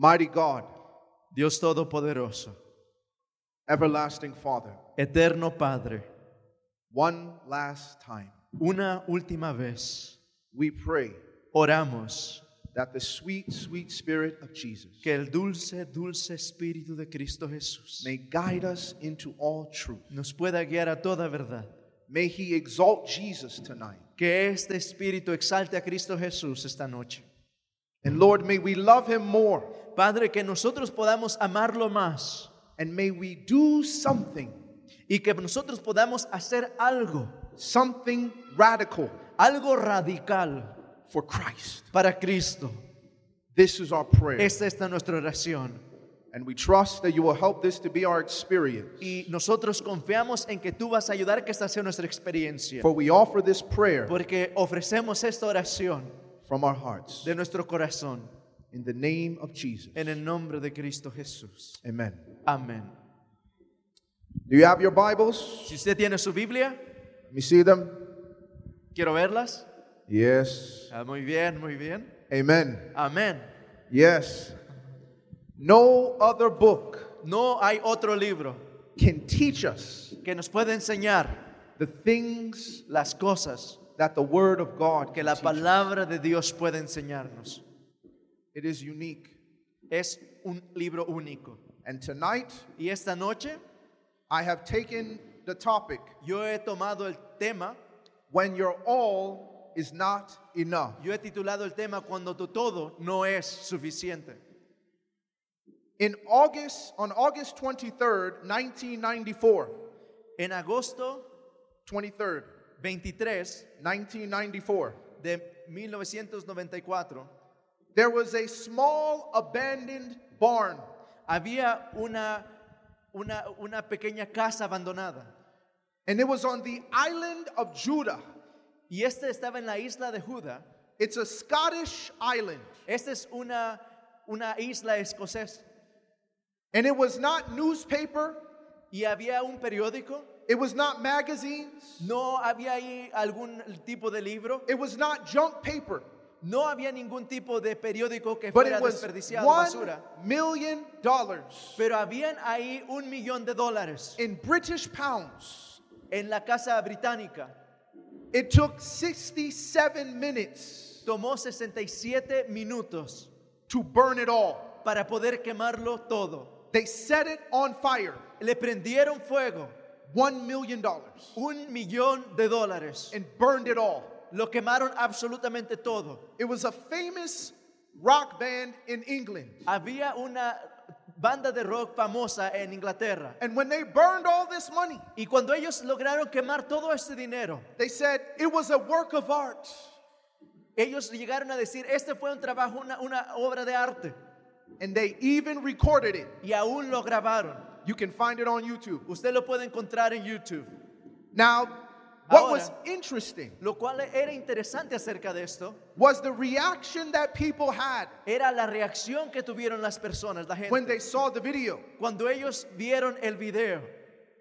Mighty God, Dios Todopoderoso, everlasting Father, Eterno Padre, one last time, una última vez we pray oramos that the sweet, sweet Spirit of Jesus que el dulce, dulce Espíritu de Cristo Jesús may guide us into all truth. nos pueda guiar a toda verdad. May He exalt Jesus tonight. Que este Espíritu exalte a Cristo Jesús esta noche. And Lord, may we love Him more Padre, que nosotros podamos amarlo más and may we do something, y que nosotros podamos hacer algo, something radical algo radical for Christ. para Cristo. This is our prayer. Esta es nuestra oración. And we trust that you will help this to be our experience. Y nosotros confiamos en que tú vas a ayudar que esta sea nuestra experiencia. For we offer this prayer Porque ofrecemos esta oración from our hearts. de nuestro corazón In the name of Jesus. en el nombre de Cristo Jesús. Amen. Amén. Do you have your Bibles? Si usted tiene su Biblia, Let me see them. quiero verlas. Yes. Ah, muy bien, muy bien. Amen. Amén. Yes. No other book No hay otro libro can teach us que nos pueda enseñar the things las cosas that the Word of God que can la teach. palabra de Dios puede enseñarnos. It is unique. Es un libro único. And tonight, Y esta noche I have taken the topic yo he tomado el tema, when your all is not enough. yo he titulado el tema Cuando tu todo no es suficiente. In August, on August 23rd, 1994, En agosto 23rd, 23 1994, de 1994 there was a small abandoned barn había una, una, una pequeña casa abandonada And it was on the island of Judah. y este estaba en la isla de Judá. It's a Scottish island. Esta es una, una isla escocesa And it was not newspaper, y había un periódico, it was not magazines, no había ahí algún tipo de libro, it was not junk paper, no había ningún tipo de periódico que but fuera it was desperdiciado, one basura, million dollars pero habían ahí un millón de dólares in British pounds. en la casa británica. It took 67 minutes Tomó 67 minutos to burn it all. para poder quemarlo todo. They set it on fire. Le prendieron fuego One million dollars un millón de dólares. and burned it all. Lo quemaron absolutamente todo. It was a famous rock band in England. Había una banda de rock famosa en Inglaterra. And when they burned all this money, Y cuando ellos lograron quemar todo este dinero, They said it was a work of art. ellos llegaron a decir, este fue un trabajo, una, una obra de arte. And they even recorded it. Y aún lo grabaron. You can find it on YouTube. Usted lo puede encontrar en YouTube. Now, what Ahora. was interesting Lo cual era interesante acerca de esto, was the reaction that people had era la reacción que tuvieron las personas, la when gente. they saw the video. Cuando ellos vieron el video,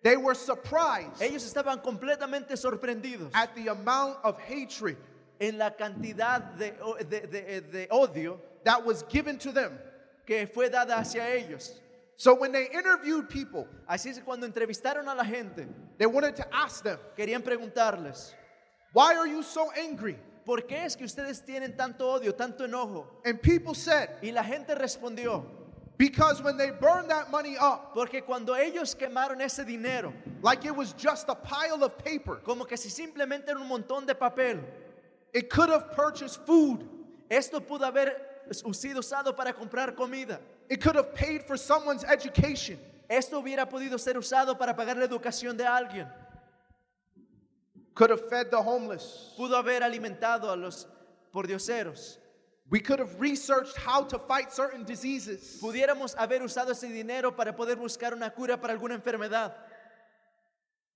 They were surprised ellos estaban completamente sorprendidos at the amount of hatred en la cantidad de, o- de- de- eh, de odio that was given to them. que fue dada hacia ellos. So when they interviewed people, Así es que cuando entrevistaron a la gente, they wanted to ask them, querían preguntarles, Why are you so angry? ¿por qué es que ustedes tienen tanto odio, tanto enojo? And people said, Y la gente respondió, Because when they burned that money up, porque cuando ellos quemaron ese dinero, like it was just a pile of paper, como que si simplemente era un montón de papel, it could have purchased food. esto pudo haber sido usado para comprar comida, It could have paid for someone's education. esto hubiera podido ser usado para pagar la educación de alguien, Could have fed the homeless. pudo haber alimentado a los pordioseros. We could have researched how to fight certain diseases. Pudiéramos haber usado ese dinero para poder buscar una cura para alguna enfermedad.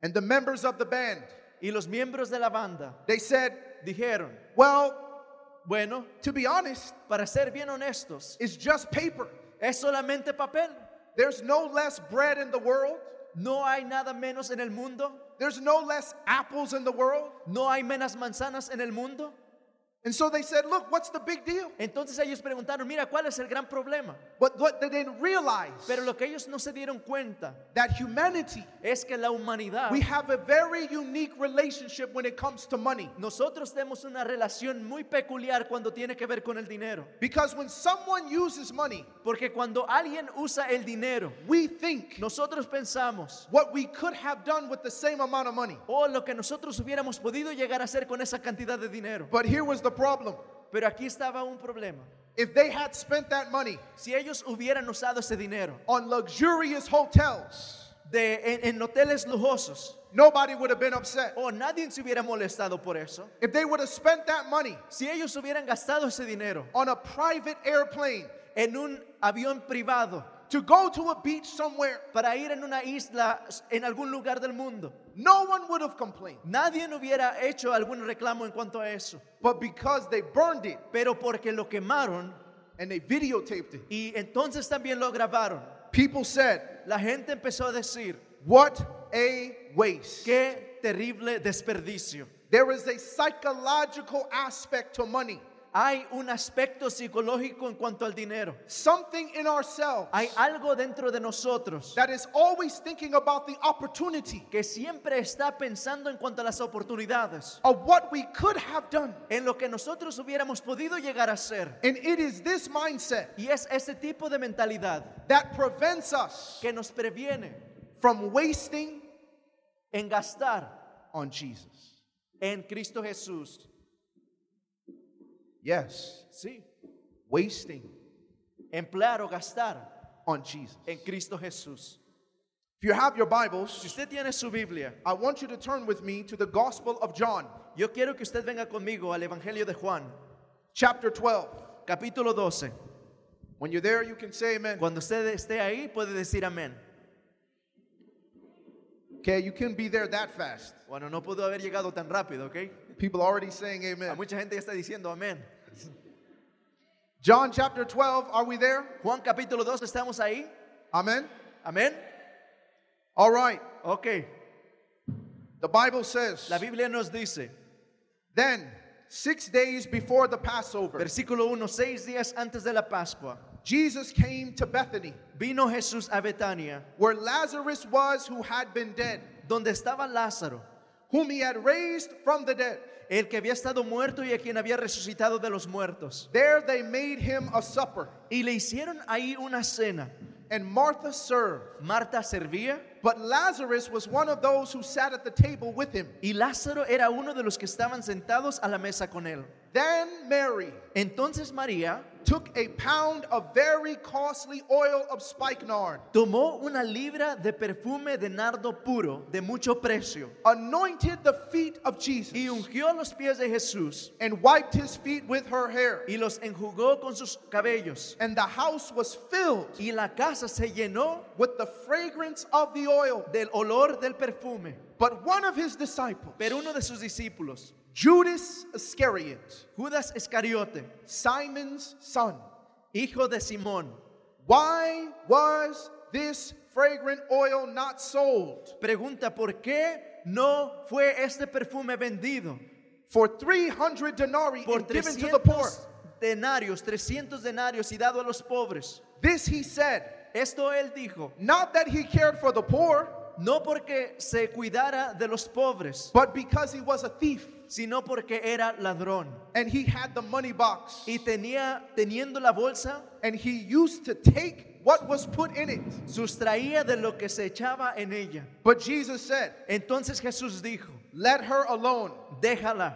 And the members of the band, Y los miembros de la banda they said, dijeron, well, bueno, to be honest, para ser bien honestos, it's just paper. es solamente papel. There's no less bread in the world. No hay nada menos en el mundo. There's no less apples in the world. No hay menos manzanas en el mundo. And so they said, Look, what's the big deal? Entonces ellos preguntaron, mira, ¿cuál es el gran problema? But what they didn't realize Pero lo que ellos no se dieron cuenta that humanity, es que la humanidad, we have a very unique relationship when it comes to money. nosotros tenemos una relación muy peculiar cuando tiene que ver con el dinero. Because when someone uses money, Porque cuando alguien usa el dinero, we think nosotros pensamos, what we could have done with the same amount of money. oh, lo que nosotros hubiéramos podido llegar a hacer con esa cantidad de dinero. But here was the problem. Pero aquí estaba un problema. If they had spent that money Si ellos hubieran usado ese dinero on luxurious hotels, de- en, en hoteles lujosos, nobody would have been upset. oh, nadie se hubiera molestado por eso. If they would have spent that money Si ellos hubieran gastado ese dinero on a private airplane en un avión privado to go to a beach somewhere, para ir en una isla en algún lugar del mundo, no one would have complained. nadie hubiera hecho algún reclamo en cuanto a eso. But because they burned it Pero porque lo quemaron and they videotaped it, y entonces también lo grabaron, people said, la gente empezó a decir, What a waste. qué terrible desperdicio. There is a psychological aspect to money. Hay un aspecto psicológico en cuanto al dinero. Something in ourselves Hay algo dentro de nosotros that is always thinking about the opportunity que siempre está pensando en cuanto a las oportunidades, of what we could have done. en lo que nosotros hubiéramos podido llegar a ser. And it is this mindset Y es ese tipo de mentalidad that prevents us que nos previene from wasting en gastar on Jesus. en Cristo Jesús. Yes, Sí, wasting emplear o gastar on Jesus. en Cristo Jesús. If you have your Si Bibles, usted tiene su Biblia, I want you to turn with me to the Gospel of John, yo quiero que usted venga conmigo al Evangelio de Juan, chapter 12. capítulo 12. When you're there, you can say amen. Cuando usted esté ahí, puede decir amén. Okay, you can be there that fast. Bueno, no pudo haber llegado tan rápido, ¿ok? People already saying A amen. mucha gente ya está diciendo amén. John chapter 12, are we there? Juan capítulo 2, ¿estamos ahí? Amen. Amén. All right. Ok. The Bible says, La Biblia nos dice, Then, six days before the Passover, versículo 1, seis días antes de la Pascua, Jesus came to Bethany, vino Jesús a Betania, where Lazarus was who had been dead, donde estaba Lázaro, whom he had raised from the dead. el que había estado muerto y a quien había resucitado de los muertos. There they made him a supper, Y le hicieron ahí una cena. and Martha served. Marta servía But Lazarus was one of those who sat at the table with him. y Lázaro era uno de los que estaban sentados a la mesa con él. Then Mary Entonces María took a pound of very costly oil of spikenard, tomó una libra de perfume de nardo puro de mucho precio anointed the feet of Jesus, y ungió los pies de Jesús and wiped his feet with her hair. y los enjugó con sus cabellos. And the house was filled Y la casa se llenó with the fragrance of the oil. del olor del perfume. But one of his disciples, Pero uno de sus discípulos, Judas Iscariot, Judas Iscariote, Simon's son, hijo de Simón, why was this fragrant oil not sold pregunta por qué no fue este perfume vendido for 300 denarii por and given to the poor? 300 denarios, 300 denarios y dado a los pobres. This he said, Esto él dijo, not that he cared for the poor, no porque se cuidara de los pobres, but because he was a thief sino porque era ladrón and he had the money box y tenía teniendo la bolsa and he used to take what was put in it. sustraía de lo que se echaba en ella. But Jesus said, Entonces Jesús dijo, Let her alone. déjala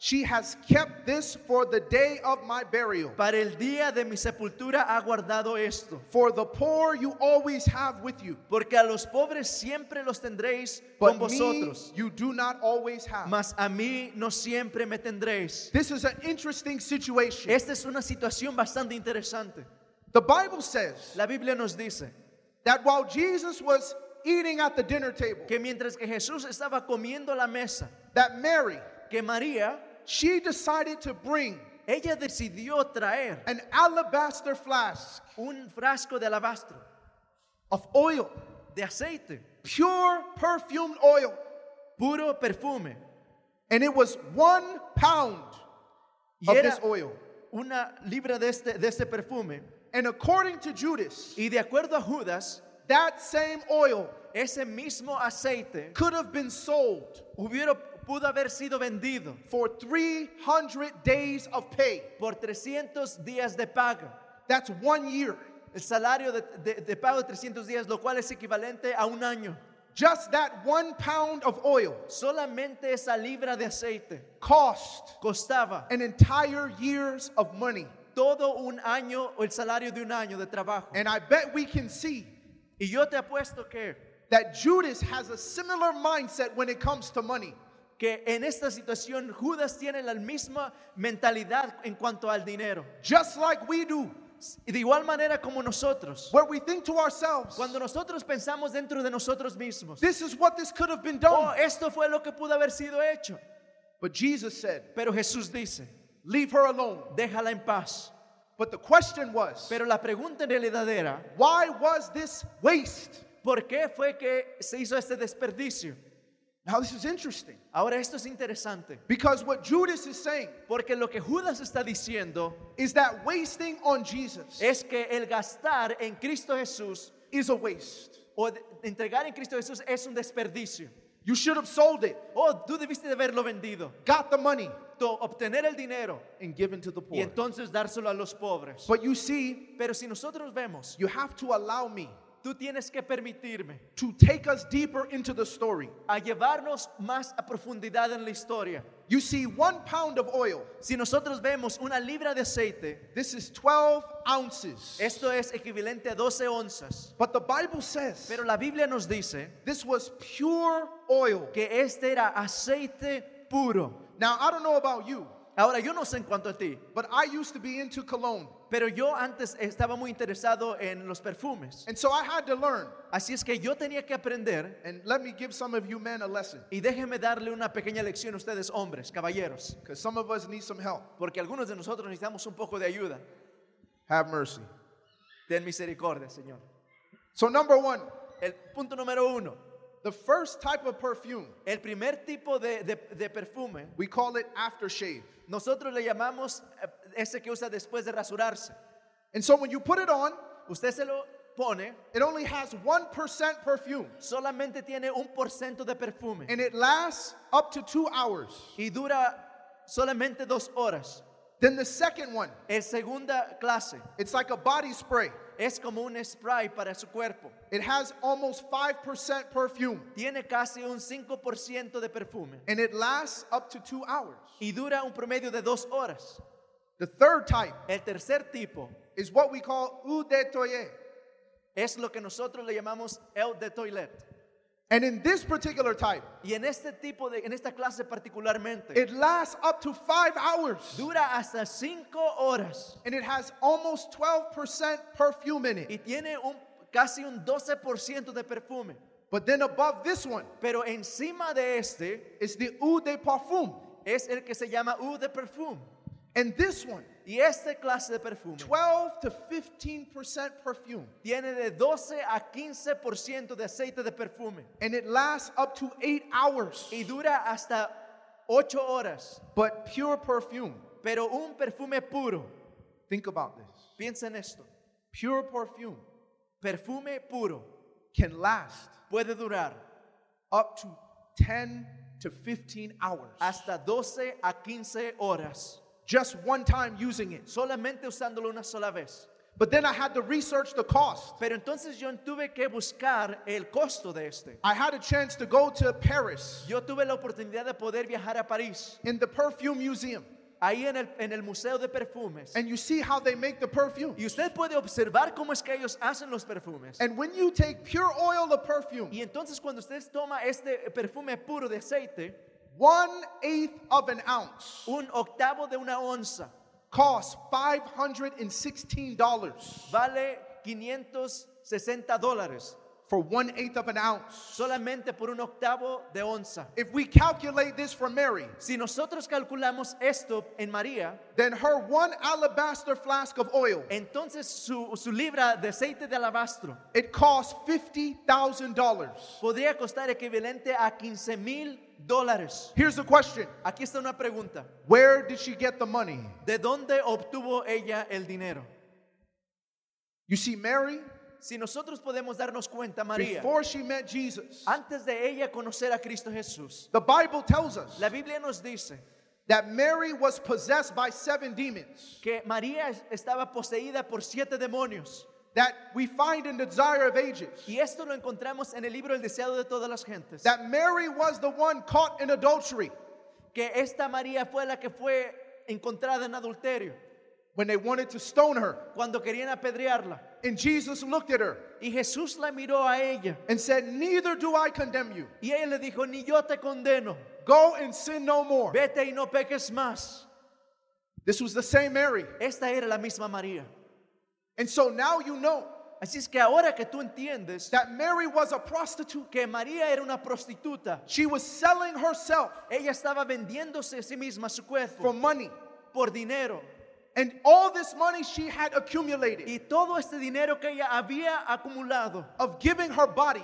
She has kept this for the day of my burial. para el día de mi sepultura ha guardado esto, For the poor you always have with you, porque a los pobres siempre los tendréis con but me vosotros, you do not always have. mas a mí no siempre me tendréis. This is an interesting situation. Esta es una situación bastante interesante. the Bible says La Biblia nos dice that while Jesus was eating at the dinner table, que mientras que Jesús estaba comiendo a la mesa, that Mary, que María, she decided to bring ella decidió traer an alabaster flask un frasco de alabastro of oil, de aceite, pure perfumed oil, puro perfume, and it was one pound Y of era this oil. una libra de este, de este perfume. And according to Judas, Y de acuerdo a Judas, that same oil ese mismo aceite could have been sold hubiera, pudo haber sido vendido for 300 days of pay. por 300 días de pago. That's one year. El salario de, de- de pago de 300 días, lo cual es equivalente a un año. Just that one pound of oil Solamente esa libra de aceite cost costaba an entire year's of money. todo un año o el salario de un año de trabajo. And I bet we can see Y yo te apuesto que, that Judas has a similar mindset when it comes to money. que en esta situación Judas tiene la misma mentalidad en cuanto al dinero. Just like we do, Y de igual manera como nosotros. where we think to ourselves, Cuando nosotros pensamos dentro de nosotros mismos, this is what this could have been oh, done. esto fue lo que pudo haber sido hecho. But Jesus said, Pero Jesús dice, Leave her alone. déjala en paz. But the question was, Pero la pregunta en realidad era, why was this waste? ¿por qué fue que se hizo este desperdicio? Now, this is interesting Ahora esto es interesante, because what Judas is saying porque lo que Judas está diciendo is that wasting on Jesus es que el gastar en Cristo Jesús is a waste. o de- entregar en Cristo Jesús es un desperdicio. You should have sold it, Oh, tú debiste de haberlo vendido, got the money, to obtener el dinero and given to the y poor. entonces dárselo a los pobres. But you see, Pero si nosotros vemos you have to allow me Tú tienes que permitirme to take us deeper into the story. a llevarnos más a profundidad en la historia. You see, one pound of oil, Si nosotros vemos una libra de aceite, this is 12 ounces. esto es equivalente a 12 onzas. But the Bible says Pero la Biblia nos dice this was pure oil. que este era aceite puro. Now, I don't know about you, Ahora, yo no sé en cuanto a ti, but I used to be into cologne. pero yo antes estaba muy interesado en los perfumes. And so I had to learn. Así es que yo tenía que aprender, And let me give some of you men a lesson y déjenme darle una pequeña lección a ustedes, hombres, caballeros, because some of us need some help. porque algunos de nosotros necesitamos un poco de ayuda. Have mercy. Ten misericordia, Señor. So, number one, El punto número uno. the first type of perfume, El primer tipo de, de- de perfume, we call it aftershave. nosotros le llamamos eh, ese que usa después de rasurarse. And so when you put it on, Usted se lo pone, it only has 1% perfume solamente tiene un por ciento de perfume and it lasts up to two hours. y dura solamente dos horas. Then the second one, El segunda clase it's like a body spray, es como un spray para su cuerpo. it has almost 5% perfume Tiene casi un 5% de perfume and it lasts up to two hours. y dura un promedio de dos horas. The third type El tercer tipo is what we call eau de toilette. es lo que nosotros le llamamos el de toilette. And in this particular type, Y en este tipo de, en esta clase particularmente, it lasts up to five hours Dura hasta 5 horas and it has almost 12% perfume in y it. tiene un, casi un 12% de perfume. But then above this one Pero encima de este is the eau de parfum. es el que se llama eau de perfume. And this one, Y esta clase de perfume 12 to 15% perfume tiene de 12 a 15% de aceite de perfume and it lasts up to 8 hours y dura hasta 8 horas. but pure perfume Pero un perfume puro, think about this piensa en esto, pure perfume perfume puro can last puede durar up to 10 to 15 hours hasta 12 a 15 horas, just one time using it solamente usándolo una sola vez. but then i had to research the cost Pero entonces yo tuve que buscar el costo de este. i had a chance to go to paris Yo tuve la oportunidad de poder viajar a París, in the perfume museum ahí en el, en el Museo de Perfumes. and you see how they make the perfume Y usted puede observar cómo es que ellos hacen los perfumes. and when you take pure oil of perfume Y entonces cuando usted toma este perfume puro de aceite, one eighth of an ounce un octavo de una onza costs $516 vale 560 dólares, for one eighth of an ounce. solamente por un octavo de onza. If we calculate this for Mary, Si nosotros calculamos esto en María, then her one alabaster flask of oil, entonces su, su libra de aceite de alabastro it costs $50,000. podría costar equivalente a 15 mil dólares. Here's the question Aquí está una pregunta. Where did she get the money? ¿De dónde obtuvo ella el dinero? You see, Mary, Si nosotros podemos darnos cuenta, María, before she met Jesus, antes de ella conocer a Cristo Jesús, the Bible tells us la Biblia nos dice that Mary was possessed by seven demons que María estaba poseída por siete demonios. that we find in the Desire of Ages. Y esto lo encontramos en el libro El deseado de todas las gentes. That Mary was the one caught in adultery Que esta María fue la que fue encontrada en adulterio, when they wanted to stone her. cuando querían apedrearla. And Jesus looked at her Y Jesús la miró a ella and said, Neither do I condemn you. y ella le dijo, ni yo te condeno, Go and sin no more. vete y no peques más. This was the same Mary. Esta era la misma María. And so now you know Así es que ahora que tú entiendes that Mary was a prostitute. que María era una prostituta, She was selling herself ella estaba vendiéndose a sí misma su for cuerpo money. por dinero. And all this money she had accumulated Y todo este dinero que ella había acumulado of giving her body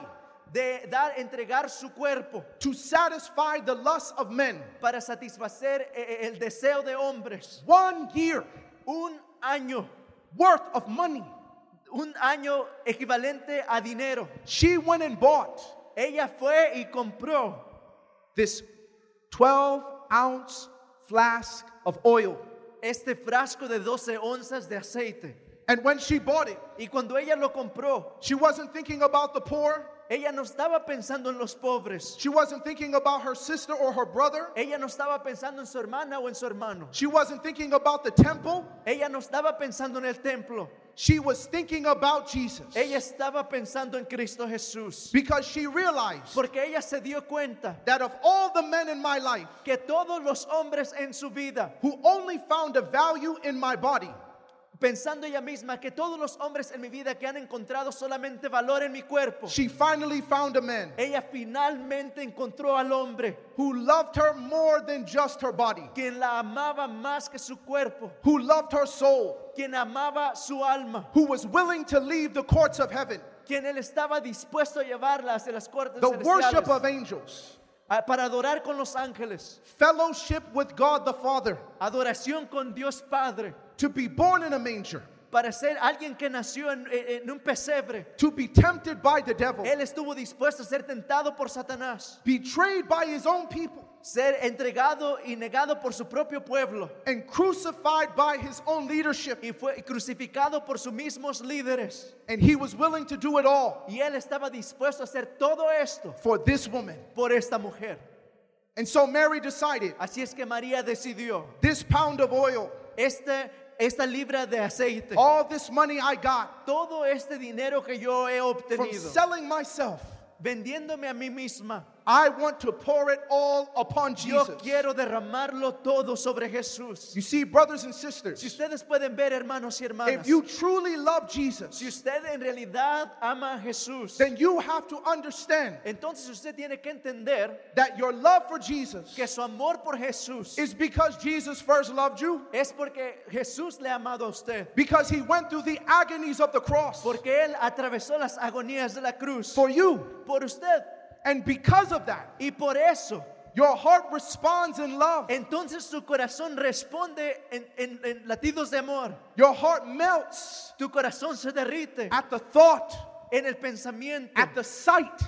de dar, entregar su cuerpo to satisfy the lust of men. para satisfacer eh, eh, el deseo de hombres. One year Un año, worth of money. un año equivalente a dinero. She went and bought Ella fue y compró this 12 ounce flask of oil. este frasco de 12 onzas de aceite. And when she bought it, Y cuando ella lo compró, she wasn't thinking about the poor. ella no estaba pensando en los pobres. She wasn't thinking about her sister or her brother. Ella no estaba pensando en su hermana o en su hermano. She wasn't thinking about the temple. Ella no estaba pensando en el templo. She was thinking about Jesus. Ella estaba pensando en Cristo Jesús. Because she realized Porque ella se dio cuenta that of all the men in my life que todos los hombres en su vida, who only found a value in my body, pensando ella misma que todos los hombres en mi vida que han encontrado solamente valor en mi cuerpo, she finally found a man ella finalmente encontró al hombre who loved her more than just her body, quien la amaba más que su cuerpo, who loved her soul, quien amaba su alma, who was willing to leave the courts of heaven, quien él estaba dispuesto a llevarla hacia las cortes the worship of celestiales, angels, a- para adorar con los ángeles, fellowship with God the Father, adoración con Dios Padre, to be born in a manger, para ser alguien que nació en, en- en un pesebre. to be tempted by the devil, Él estuvo dispuesto a ser tentado por Satanás. betrayed by his own people, ser entregado y negado por su propio pueblo and crucified by his own leadership. y fue crucificado por sus mismos líderes. And he was willing to do it all Y él estaba dispuesto a hacer todo esto for this woman. por esta mujer. And so Mary decided Así es que María decidió, this pound of oil, este, esta libra de aceite, all this money I got todo este dinero que yo he from obtenido, selling myself, vendiéndome a mí misma, I want to pour it all upon Jesus. yo quiero derramarlo todo sobre Jesús. You see, brothers and Si sisters, ustedes pueden ver, hermanos y hermanas, if you truly love si Jesus, usted en realidad ama a Jesús, then you have to understand entonces usted tiene que entender that your love for Jesus que su amor por Jesús is because Jesus first loved you, es porque Jesús le ha amado a usted, because he went through the agonies of the cross porque él atravesó las agonías de la cruz for you. por usted And because of that, y por eso your heart responds in love. entonces su corazón responde en, en- en latidos de amor, Your heart melts tu corazón se derrite at the thought, en el pensamiento, at the sight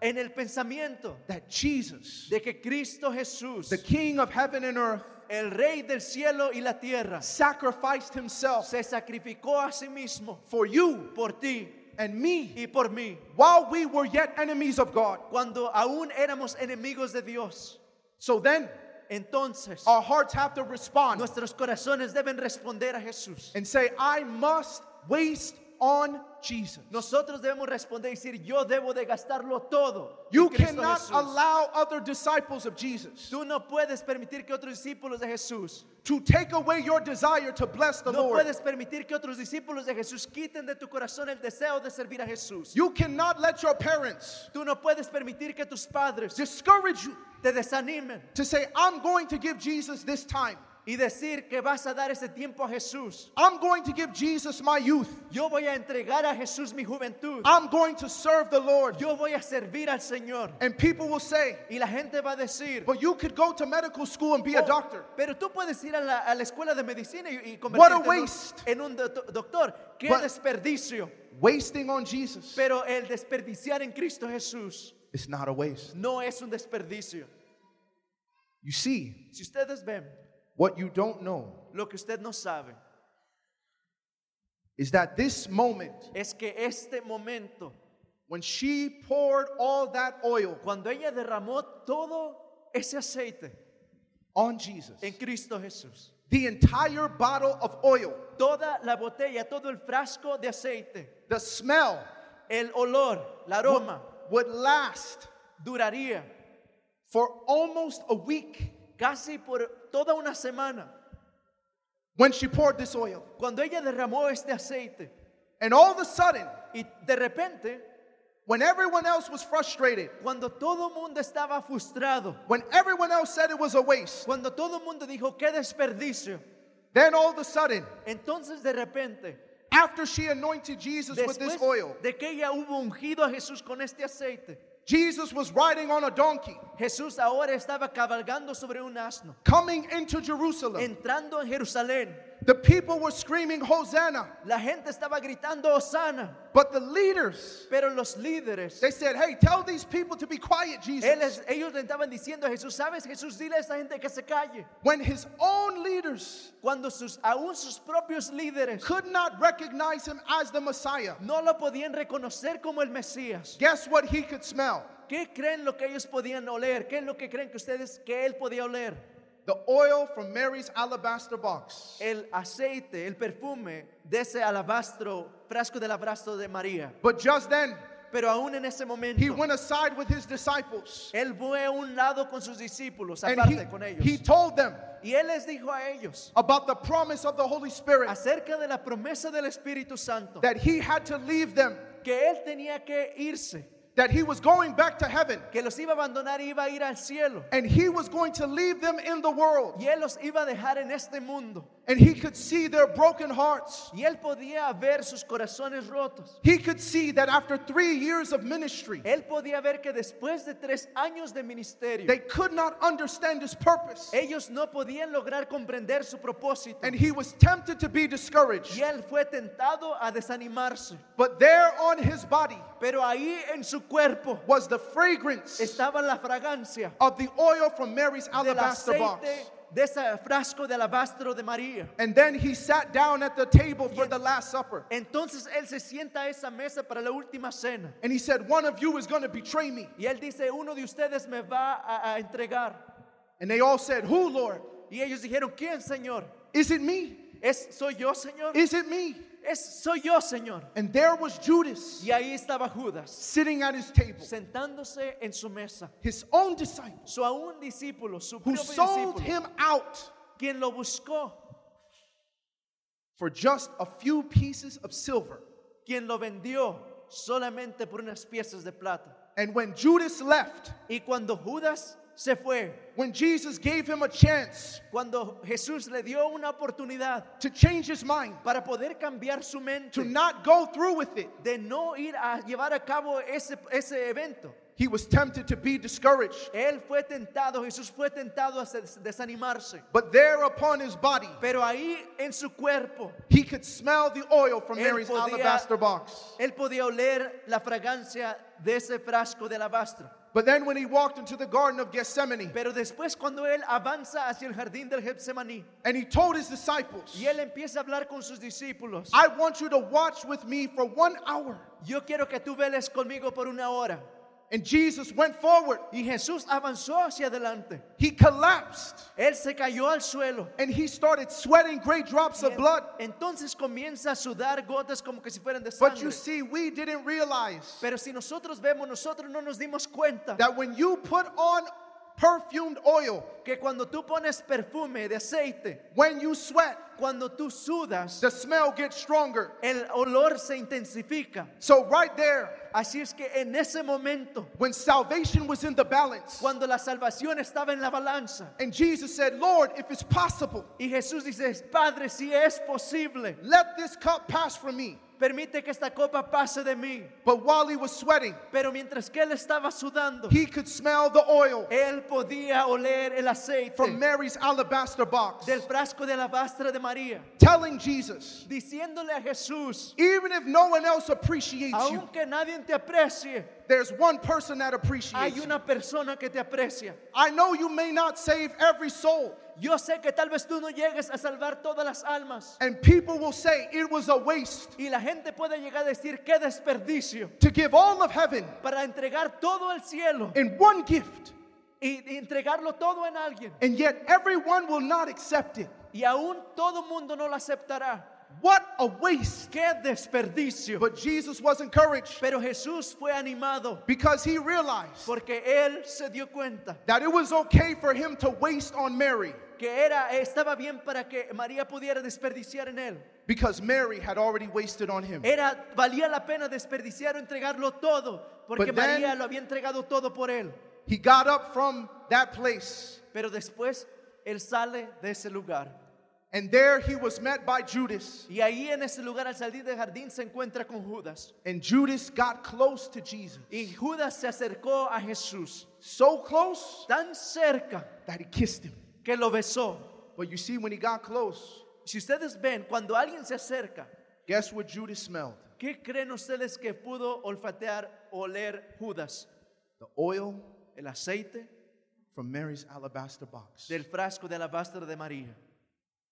en el pensamiento that Jesus, de que Cristo Jesús, the King of heaven and earth, el Rey del cielo y la tierra, sacrificed himself se sacrificó a sí mismo for you por ti and me y por mí, while we were yet enemies of God. cuando aún éramos enemigos de Dios. So then, Entonces, our hearts have to respond nuestros corazones deben responder a Jesús. and say, I must waste on Jesus. Nosotros debemos responder y decir, yo debo de gastarlo todo. en You Cristo cannot Jesús". allow other disciples of Jesus Tú no puedes permitir que otros discípulos de Jesús, to take away your desire to bless the no Lord. puedes permitir que otros discípulos de Jesús quiten de tu corazón el deseo de servir a Jesús. You cannot let your parents Tú no puedes permitir que tus padres discourage you te desanimen to say, I'm going to give Jesus this time. y decir que vas a dar ese tiempo a Jesús. I'm going to give Jesus my youth. Yo voy a entregar a Jesús mi juventud. I'm going to serve the Lord. Yo voy a servir al Señor. And people will say, Y la gente va a decir, but you could go to medical school and be a "Oh, doctor. pero tú puedes ir a la, a la escuela de medicina y, y convertirte en un- waste. en un, do- doctor. ¡Qué But- desperdicio! Wasting on Jesus Pero el desperdiciar en Cristo Jesús It's not a waste. no es un desperdicio. You see, Si ustedes ven what you don't know lo que usted no sabe, is that this moment, es que este momento, when she poured all that oil cuando ella derramó todo ese aceite on Jesus, en Cristo Jesús, the entire bottle of oil, toda la botella, todo el frasco de aceite, the smell el olor, el aroma, would last duraría for almost a week casi por toda una semana. when she poured this oil. Cuando ella derramó este aceite And all of a sudden, y de repente, when everyone else was frustrated, cuando todo el mundo estaba frustrado, when everyone else said it was a waste, cuando todo el mundo dijo, qué desperdicio, then all of a sudden, entonces de repente, after she anointed Jesus with después this oil, de que ella hubo ungido a Jesús con este aceite, Jesus was riding on a donkey, Jesús ahora estaba cabalgando sobre un asno, coming into Jerusalem. entrando en Jerusalén. The people were screaming, Hosanna. La gente estaba gritando Osana, But the leaders, pero los líderes, they said, Hey, tell these people to be quiet, Jesus. ellos, ellos le estaban diciendo a Jesús, ¿sabes Jesús? Dile a esa gente que se calle. When his own leaders Cuando sus, aún sus propios líderes could not recognize him as the Messiah, no lo podían reconocer como el Mesías, guess what he could smell? ¿qué creen lo que ellos podían oler? ¿Qué es lo que creen que ustedes, que él podía oler? The oil from Mary's alabaster box. El aceite, el perfume de ese alabastro, frasco del alabastro de María. But just then, Pero aún en ese he momento, went aside with his disciples Él fue a un lado con sus discípulos, and aparte con he, ellos. he told them y Él les dijo a ellos about the promise of the Holy Spirit acerca de la promesa del Espíritu Santo, that he had to leave them, que Él tenía que irse, that he was going back to heaven, que los iba a abandonar y iba a ir al cielo. and he was going to leave them in the world, Y Él los iba a dejar en este mundo. and he could see their broken hearts. Y Él podía ver sus corazones rotos. He could see that after three years of ministry, Él podía ver que después de tres años de ministerio, they could not understand his purpose, ellos no podían lograr comprender su propósito. and he was tempted to be discouraged. y Él fue tentado a desanimarse. But there on his body Pero ahí en su cuerpo was the fragrance estaba la fragancia. of the oil from Mary's del alabaster box. aceite de ese frasco de alabastro de María. And then he sat down at the table for the Last Supper. Entonces él se sienta a esa mesa para la última cena And he said, One of you is going to betray me. y él dice, uno de ustedes me va a, a entregar. And they all said, Who, Lord? Y ellos dijeron, ¿quién, Señor? Is it me? ¿Es, ¿Soy yo, Señor? Is it me? Es, soy yo, Señor. And there was Judas Y ahí estaba Judas, sitting at his table, sentándose en su mesa. his own disciple, Su aún discípulo, su who propio sold discípulo, him out quien lo buscó, for just a few pieces of silver. quien lo vendió solamente por unas piezas de plata. And when Judas left, Y cuando Judas se fue, when Jesus gave him a chance Cuando Jesús le dio una oportunidad to change his mind, para poder cambiar su to mente, not go through with it, de no ir a llevar a cabo ese, ese evento, he was tempted to be discouraged. él fue tentado, Jesús fue tentado a des- desanimarse. But there upon his body, Pero ahí en su cuerpo, he could smell the oil from Él Mary's podía- alabaster box. él podía oler la fragancia de ese frasco de alabastro. But then when he walked into the Garden of Gethsemane Pero después cuando él avanza hacia el jardín del Getsemaní and he told his disciples, y él empieza a hablar con sus discípulos, I want you to watch with me for one hour. yo quiero que tú veles conmigo por una hora. And Jesus went forward. Y Jesús avanzó hacia adelante. He collapsed Él se cayó al suelo. and he started sweating great drops of Bien, blood. Entonces comienza a sudar gotas como que si fueran de But you sangre. see, we didn't realize Pero si nosotros vemos, nosotros no nos dimos cuenta that when you put on perfumed oil, que cuando tú pones perfume de aceite, when you sweat, cuando tú sudas, the smell gets stronger. el olor se intensifica. So, right there, Así es que en ese momento, when salvation was in the balance, cuando la salvación estaba en la balanza, and Jesus said, Lord, if it's possible, y Jesús dice, Padre, si es posible, let this cup pass from me. permite que esta copa pase de mí. But while he was sweating, Pero mientras que él estaba sudando, he could smell the oil él podía oler el aceite from Mary's alabaster box, del frasco de alabastra de María, telling Jesus, diciéndole a Jesús, even if no one else appreciates you, aunque nadie te aprecie, there's one person that appreciates hay you. una persona que te aprecia. I know you may not save every soul, Yo sé que tal vez tú no llegues a salvar todas las almas and people will say it was a waste y la gente puede llegar a decir qué desperdicio to give all of heaven para entregar todo el cielo in one gift, y y entregarlo todo en alguien and yet everyone will not accept it. y aún todo mundo no lo aceptará. What a waste! Qué desperdicio. But Jesus was encouraged Pero Jesús fue animado because he realized porque él se dio cuenta that it was okay for him to waste on Mary que era estaba bien para que María pudiera desperdiciar en él. because Mary had already wasted on him. Era valía la pena desperdiciar o entregarlo todo porque But then- María lo había entregado todo por él. He got up from that place, Pero después él sale de ese lugar. and there he was met by Judas. Y ahí en ese lugar al salir del jardín se encuentra con Judas. And Judas got close to Jesus, Y Judas se acercó a Jesús so close tan cerca that he kissed him. que lo besó. But you see, when he got close, Si ustedes ven, cuando alguien se acerca, guess what Judas smelled? ¿qué creen ustedes que pudo olfatear o oler Judas? The oil El aceite from Mary's alabaster box. del frasco de alabastro de María.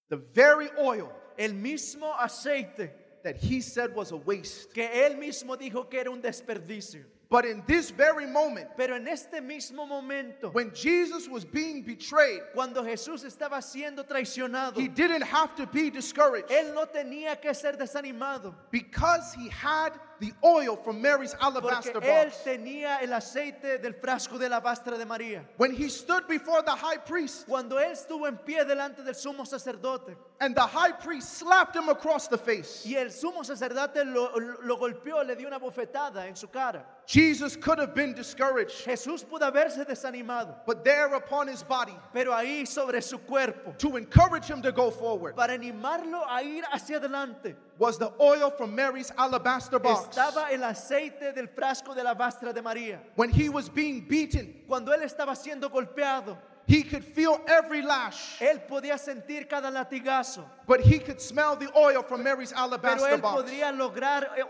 The very oil El mismo aceite that he said was a waste. que él mismo dijo que era un desperdicio. But in this very moment, Pero en este mismo momento, when Jesus was being betrayed, cuando Jesús estaba siendo traicionado, he didn't have to be discouraged él no tenía que ser desanimado. because he had the oil from Mary's Porque alabaster él box. tenía el aceite del frasco de alabastra de María. When he stood before the high priest Cuando él estuvo en pie delante del sumo sacerdote and the high priest slapped him across the face, y el sumo sacerdote lo, lo- lo golpeó, le dio una bofetada en su cara. Jesus could have been discouraged, Jesús pudo haberse desanimado, but there upon his body pero ahí sobre su cuerpo, to encourage him to go forward para animarlo a ir hacia adelante, was the oil from Mary's alabaster box. estaba el aceite del frasco de alabastra de María. When he was being beaten, Cuando él estaba siendo golpeado, he could feel every lash, él podía sentir cada latigazo, but he could smell the oil from Mary's pero alabaster él box. podría lograr eh,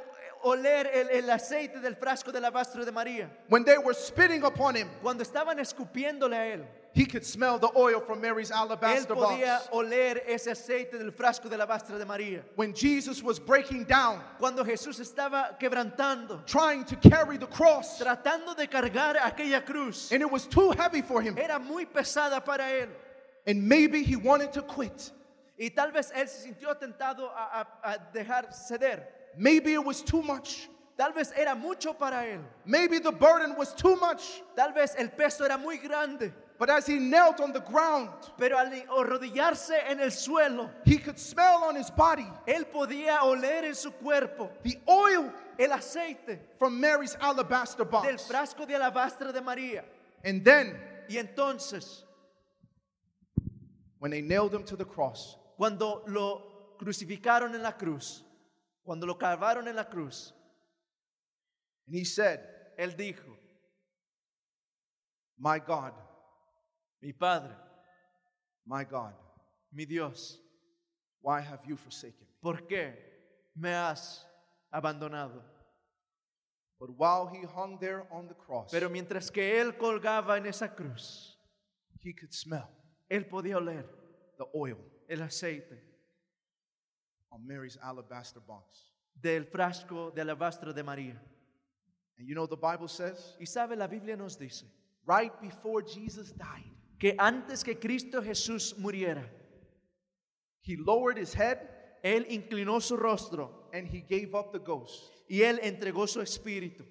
oler el, el aceite del frasco de alabastro de María. When they were spitting upon him, Cuando estaban escupiéndole a él, he could smell the oil from Mary's él alabaster podía box. oler ese aceite del frasco de alabastro de María. When Jesus was breaking down, Cuando Jesús estaba quebrantando, trying to carry the cross, tratando de cargar aquella cruz, and it was too heavy for him, era muy pesada para él. and maybe he wanted to quit. Y tal vez él se sintió tentado a, a- a dejar ceder. Maybe it was too much. Tal vez era mucho para él. Maybe the burden was too much. Tal vez el peso era muy grande. But as he knelt on the ground, Pero al arrodillarse en el suelo, he could smell on his body él podía oler en su cuerpo the oil el aceite from Mary's alabaster del box. frasco de alabastra de María. And then, Y entonces, when they nailed him to the cross, cuando lo crucificaron en la cruz, cuando lo calvaron en la cruz, and he said, él dijo, My God, mi Padre, my God, mi Dios, why have you forsaken me? ¿por qué me has abandonado? But while he hung there on the cross, Pero mientras que él colgaba en esa cruz, he could smell él podía oler the oil el aceite on Mary's alabaster box. del frasco de alabastro de María. And you know, the Bible says, Y sabe, la Biblia nos dice right before Jesus died, que antes que Cristo Jesús muriera, he lowered his head Él inclinó su rostro and he gave up the ghost. y Él entregó su espíritu.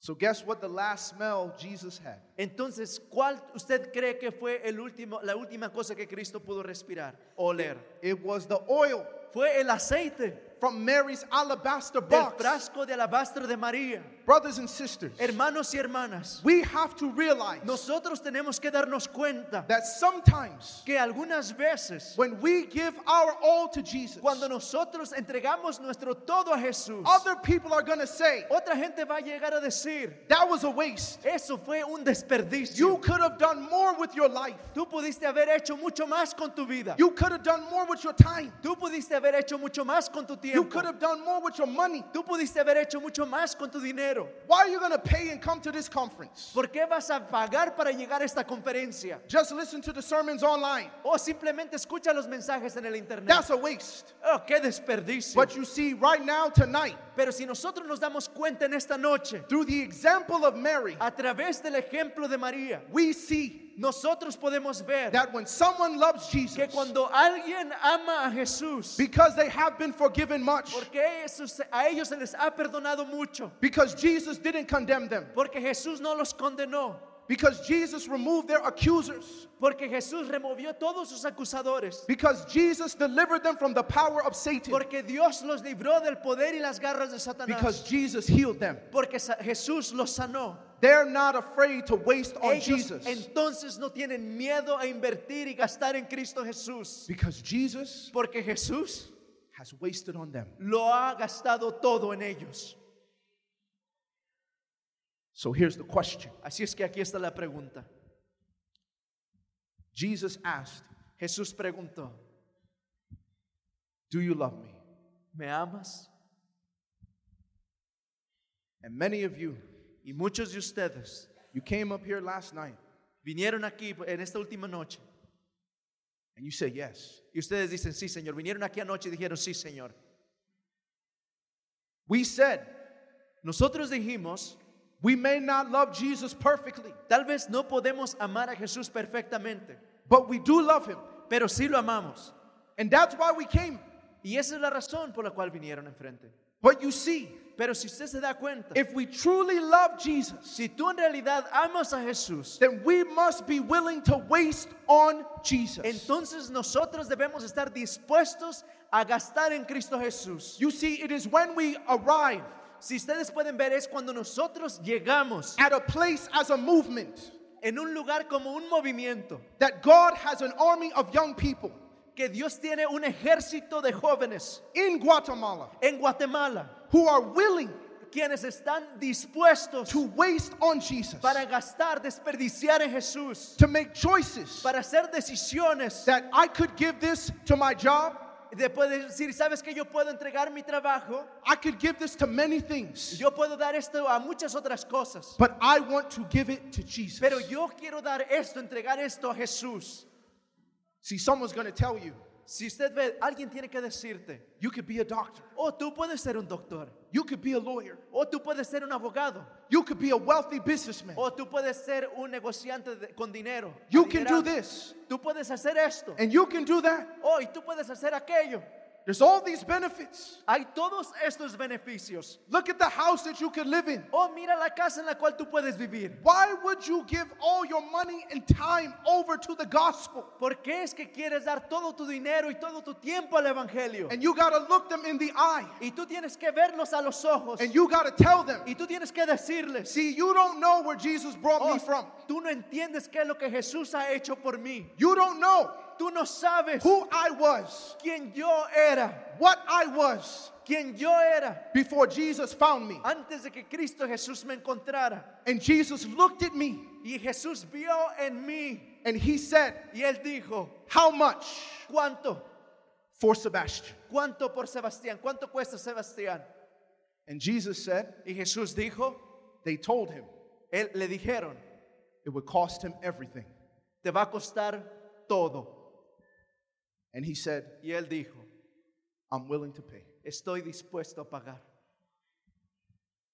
So, guess what the last smell Jesus had? Entonces, ¿cuál usted cree que fue el último, la última cosa que Cristo pudo respirar, oler? It was the oil Fue el aceite from Mary's alabaster del box. frasco de alabastro de María. Brothers and sisters, Hermanos y hermanas, we have to realize nosotros tenemos que darnos cuenta that sometimes que algunas veces, when we give our all to Jesus, cuando nosotros entregamos nuestro todo a Jesús, other people are going to say, otra gente va a llegar a decir, that was a waste. eso fue un You desperdicio. could have done more with your life. Tú pudiste haber hecho mucho más con tu vida. You could have done more with your time. Tú pudiste haber hecho mucho más con tu You tiempo. could have done more with your money. Tú pudiste haber hecho mucho más con tu dinero. Why are you going to pay and come to this conference? ¿Por qué vas a pagar para llegar a esta conferencia? Just listen to the sermons online. O simplemente escucha los mensajes en el internet. That's a waste. Oh, qué desperdicio. What you see right now, tonight, Pero si nosotros nos damos cuenta en esta noche, through the example of Mary, a través del ejemplo de María, we see nosotros podemos ver that when someone loves que Jesus, cuando alguien ama a Jesús, because they have been forgiven much, porque eso se- a ellos se les ha perdonado mucho, because Jesus didn't condemn them, porque Jesús no los condenó, because Jesus removed their accusers, porque Jesús removió todos sus acusadores, because Jesus delivered them from the power of Satan, porque Dios los libró del poder y las garras de because Satanás, Jesus healed them. porque sa- Jesús los sanó. They're not afraid to waste on Ellos Oh, Jesus entonces no tienen miedo a invertir y gastar en Cristo Jesús, because Jesus porque Jesús has wasted on them. lo ha gastado todo en ellos. So here's the question Así es que aquí está la pregunta. Jesus asked, Jesús preguntó, Do you love me? ¿me amas? And many of you, Y muchos de ustedes you came up here last night vinieron aquí en esta última noche and you said yes. y ustedes dicen, sí, Señor, vinieron aquí anoche y dijeron, sí, Señor. We said, Nosotros dijimos, We may not love Jesus perfectly, tal vez no podemos amar a Jesús perfectamente, but we do love him. pero sí lo amamos. And that's why we came. Y esa es la razón por la cual vinieron enfrente. But you see, Pero si usted se da cuenta, if we truly love Jesus, si tú en realidad amas a Jesús, then we must be willing to waste on Jesus. entonces nosotros debemos estar dispuestos a gastar en Cristo Jesús. You see, it is when we arrive Si ustedes pueden ver es cuando nosotros llegamos at a place as a movement en un lugar como un movimiento, that God has an army of young people que Dios tiene un ejército de jóvenes in Guatemala en Guatemala, who are willing quienes están dispuestos to waste on Jesus, para gastar, desperdiciar en Jesús, to make choices para hacer decisiones, that I could give this to my job, después de decir, sabes que yo puedo entregar mi trabajo, I could give this to many things, yo puedo dar esto a muchas otras cosas, but I want to give it to Jesus. pero yo quiero dar esto, entregar esto a Jesús. See, someone's going to tell you, Si usted ve, alguien tiene que decirte, you could be a doctor, oh, tú puedes ser un doctor. you could be a lawyer, O tú puedes ser un abogado. you could be a wealthy businessman, O tú puedes ser un negociante de- con dinero. you can do adinerado. this, Tú puedes hacer esto. and you can do that. O Oh, y tú puedes hacer aquello. There's all these benefits. Hay todos estos beneficios. Look at the house that you could live in. O mira la casa en la cual tú puedes vivir. Why would you give all your money and time over to the gospel? ¿Por qué es que quieres dar todo tu dinero y todo tu tiempo al evangelio? And you got to look them in the eye. Y tú tienes que verlos a los ojos. And you got to tell them, Y tú tienes que decirles, see, you don't know where Jesus brought "Oh, me from. tú no entiendes qué es lo que Jesús ha hecho por mí. You don't know Tú no sabes who I was, quién yo era, what I was quién yo era. before Jesus found me. antes de que Cristo Jesús me encontrara. And Jesus looked at me Y Jesús vio en mí and he said, y él dijo, How much ¿cuánto? for Sebastian? ¿Cuánto por Sebastián? ¿Cuánto cuesta Sebastián? And Jesus said, Y Jesús dijo, They told him él le dijeron, it would cost him everything. te va a costar todo. And he said, Y él dijo, I'm willing to pay. estoy dispuesto a pagar.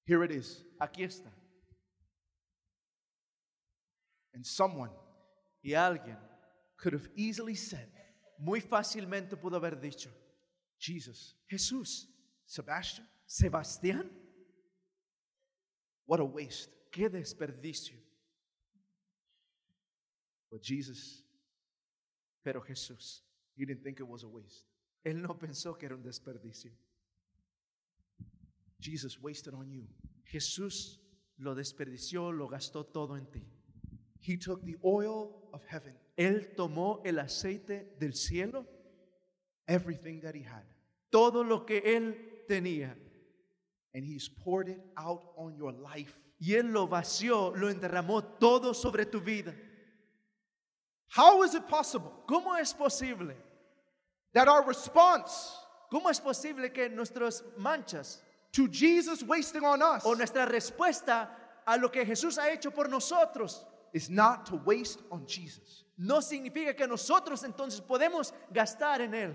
Here it is. Aquí está. And someone Y alguien could have easily said, muy fácilmente pudo haber dicho, Jesus, Jesús, Sebastian, Sebastián, What a waste. Qué desperdicio. But Jesus, Pero Jesús, he didn't think it was a waste. él no pensó que era un desperdicio. Jesus wasted on you. Jesús lo desperdició, lo gastó todo en ti. He took the oil of heaven, Él tomó el aceite del cielo, everything that he had, todo lo que él tenía, and he's poured it out on your life. y él lo vació, lo enterramó todo sobre tu vida. How is it possible ¿Cómo es posible? that our response ¿Cómo es posible que nuestras manchas to Jesus wasting on us o nuestra respuesta a lo que Jesús ha hecho por nosotros is not to waste on Jesus? no significa que nosotros entonces podemos gastar en él?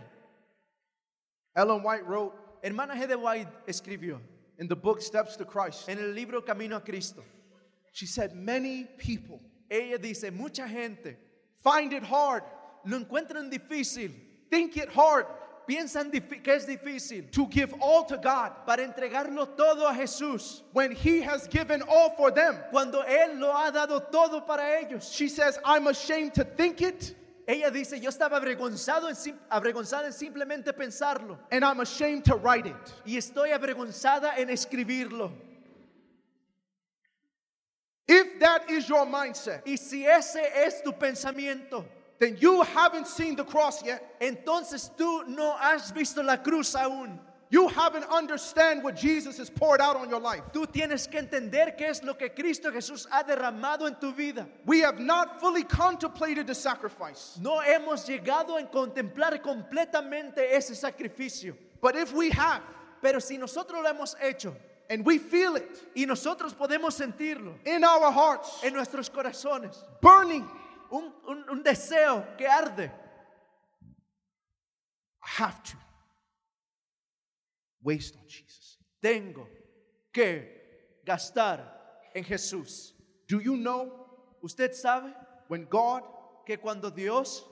Ellen White wrote Hermana G. de White escribió in the book Steps to Christ, en el libro Camino a Cristo. she said, Many people Ella dice, mucha gente find it hard, lo encuentran difícil, think it hard piensan difi- que es difícil to give all to God para entregarlo todo a Jesús, when he has given all for them. cuando Él lo ha dado todo para ellos. She says, I'm ashamed to think it, Ella dice, yo estaba avergonzado en sim- avergonzada en simplemente pensarlo and I'm ashamed to write it. y estoy avergonzada en escribirlo. If that is your mindset, Y si ese es tu pensamiento, then you haven't seen the cross yet. entonces tú no has visto la cruz aún. You haven't understand what Jesus has poured out on your life. Tú tienes que entender qué es lo que Cristo Jesús ha derramado en tu vida. We have not fully contemplated the sacrifice. No hemos llegado a contemplar completamente ese sacrificio. But if we have Pero si nosotros lo hemos hecho and we feel it y nosotros podemos sentirlo in our hearts, en nuestros corazones, burning, un, un- un deseo que arde, I have to waste on Jesus. tengo que gastar en Jesús. Do you know Usted sabe when God que cuando Dios,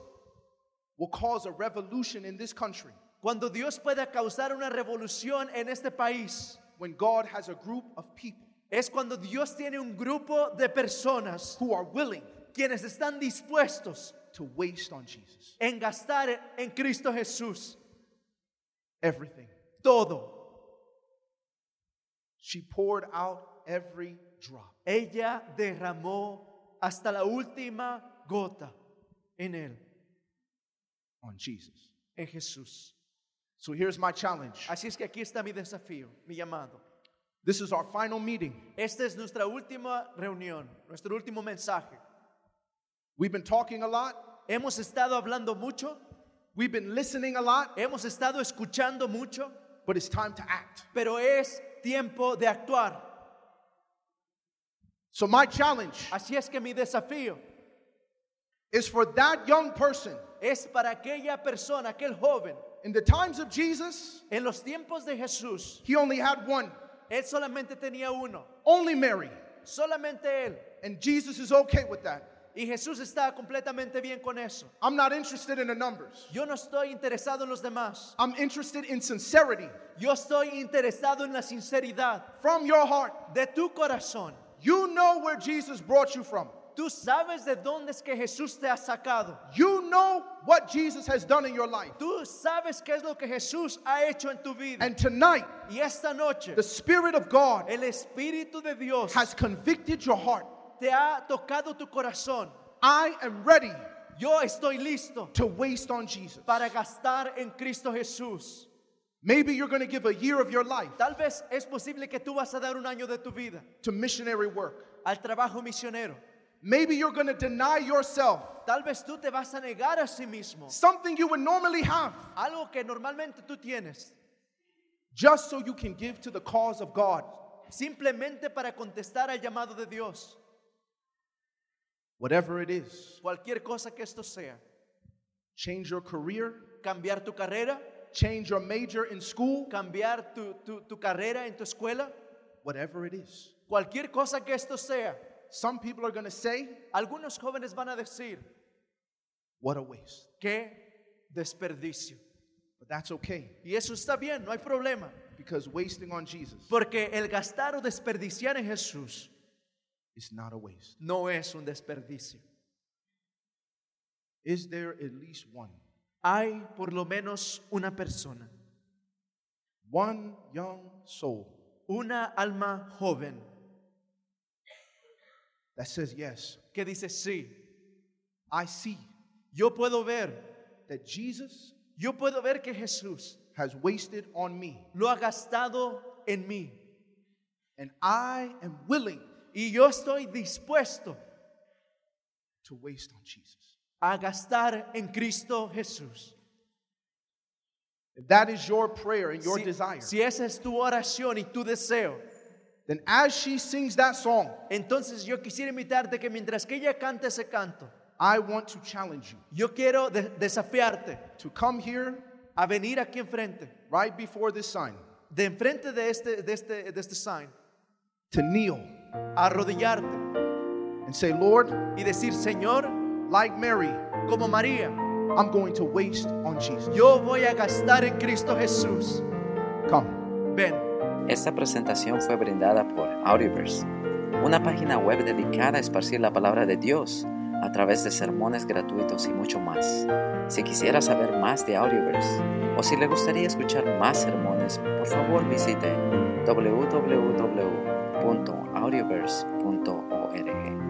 will cause a revolution in this country, cuando Dios pueda causar una revolución en este país, when God has a group of people es cuando Dios tiene un grupo de personas who are willing quienes están dispuestos to waste on Jesus en gastar en Cristo Jesús everything? todo. She poured out every drop. Ella derramó hasta la última gota en él, on Jesus. en Jesús. So here's my challenge. Así es que aquí está mi desafío, mi llamado. This is our final meeting. Esta es nuestra última reunión, nuestro último mensaje. We've been talking a lot, Hemos estado hablando mucho, we've been listening a lot, hemos estado escuchando mucho, but it's time to act. pero es tiempo de actuar. So my challenge Así es que mi desafío is for that young person es para aquella persona, aquel joven. in the times of Jesus, En los tiempos de Jesús, he only had one, él solamente tenía uno, only Mary, solamente él. and Jesus is okay with that. Y Jesús estaba completamente bien con eso. I'm not interested in the numbers. Yo no estoy interesado en los demás. I'm interested in sincerity Yo estoy interesado en la sinceridad from your heart. de tu corazón. You know where Jesus brought you from. Tú sabes de dónde es que Jesús te ha sacado. You know what Jesus has done in your life. Tú sabes qué es lo que Jesús ha hecho en tu vida. And tonight, Y esta noche, the Spirit of God el Espíritu de Dios has convicted your heart. te ha tocado tu corazón. I am ready Yo estoy listo to waste on Jesus. para gastar en Cristo Jesús. Maybe you're going to give a year of your life Tal vez es posible que tú vas a dar un año de tu vida to missionary work. al trabajo misionero. Maybe you're going to deny yourself Tal vez tú te vas a negar a sí mismo. something you would normally have Algo que normalmente tú tienes. just so you can give to the cause of God. Simplemente para contestar al llamado de Dios. Whatever it is, Cualquier cosa que esto sea. change your career, Cambiar tu carrera. change your major in school, Cambiar tu, tu- tu carrera en tu escuela. whatever it is. Cualquier cosa que esto sea. Some people are going to say, Algunos jóvenes van a decir, what a waste. qué desperdicio. But that's okay Y eso está bien, no hay problema. Because wasting on Jesus Porque el gastar o desperdiciar en Jesús is not a waste. no es un desperdicio. Is there at least one? Hay por lo menos una persona, One young soul una alma joven that says, Yes, que dice, sí, I see yo puedo ver, that Jesus yo puedo ver que Jesús has wasted on me, lo ha gastado en mí and I am willing y yo estoy dispuesto to waste on Jesus. a gastar en Cristo Jesús. If that is your prayer and your si, desire, si esa es tu oración y tu deseo, then as she sings that song, entonces yo quisiera invitarte que mientras que ella cante ese canto, I want to challenge you yo quiero de- desafiarte to come here a venir aquí enfrente, right before this sign, de enfrente de este, de este, de este sign, to kneel a arrodillarte and say, Lord, y decir, Señor, like Mary, como María, I'm going to waste on Jesus. yo voy a gastar en Cristo Jesús. Come. Ven, Esta presentación fue brindada por Audioverse, una página web dedicada a esparcir la palabra de Dios a través de sermones gratuitos y mucho más. Si quisiera saber más de Audioverse o si le gustaría escuchar más sermones, por favor visite www.audioverse.org.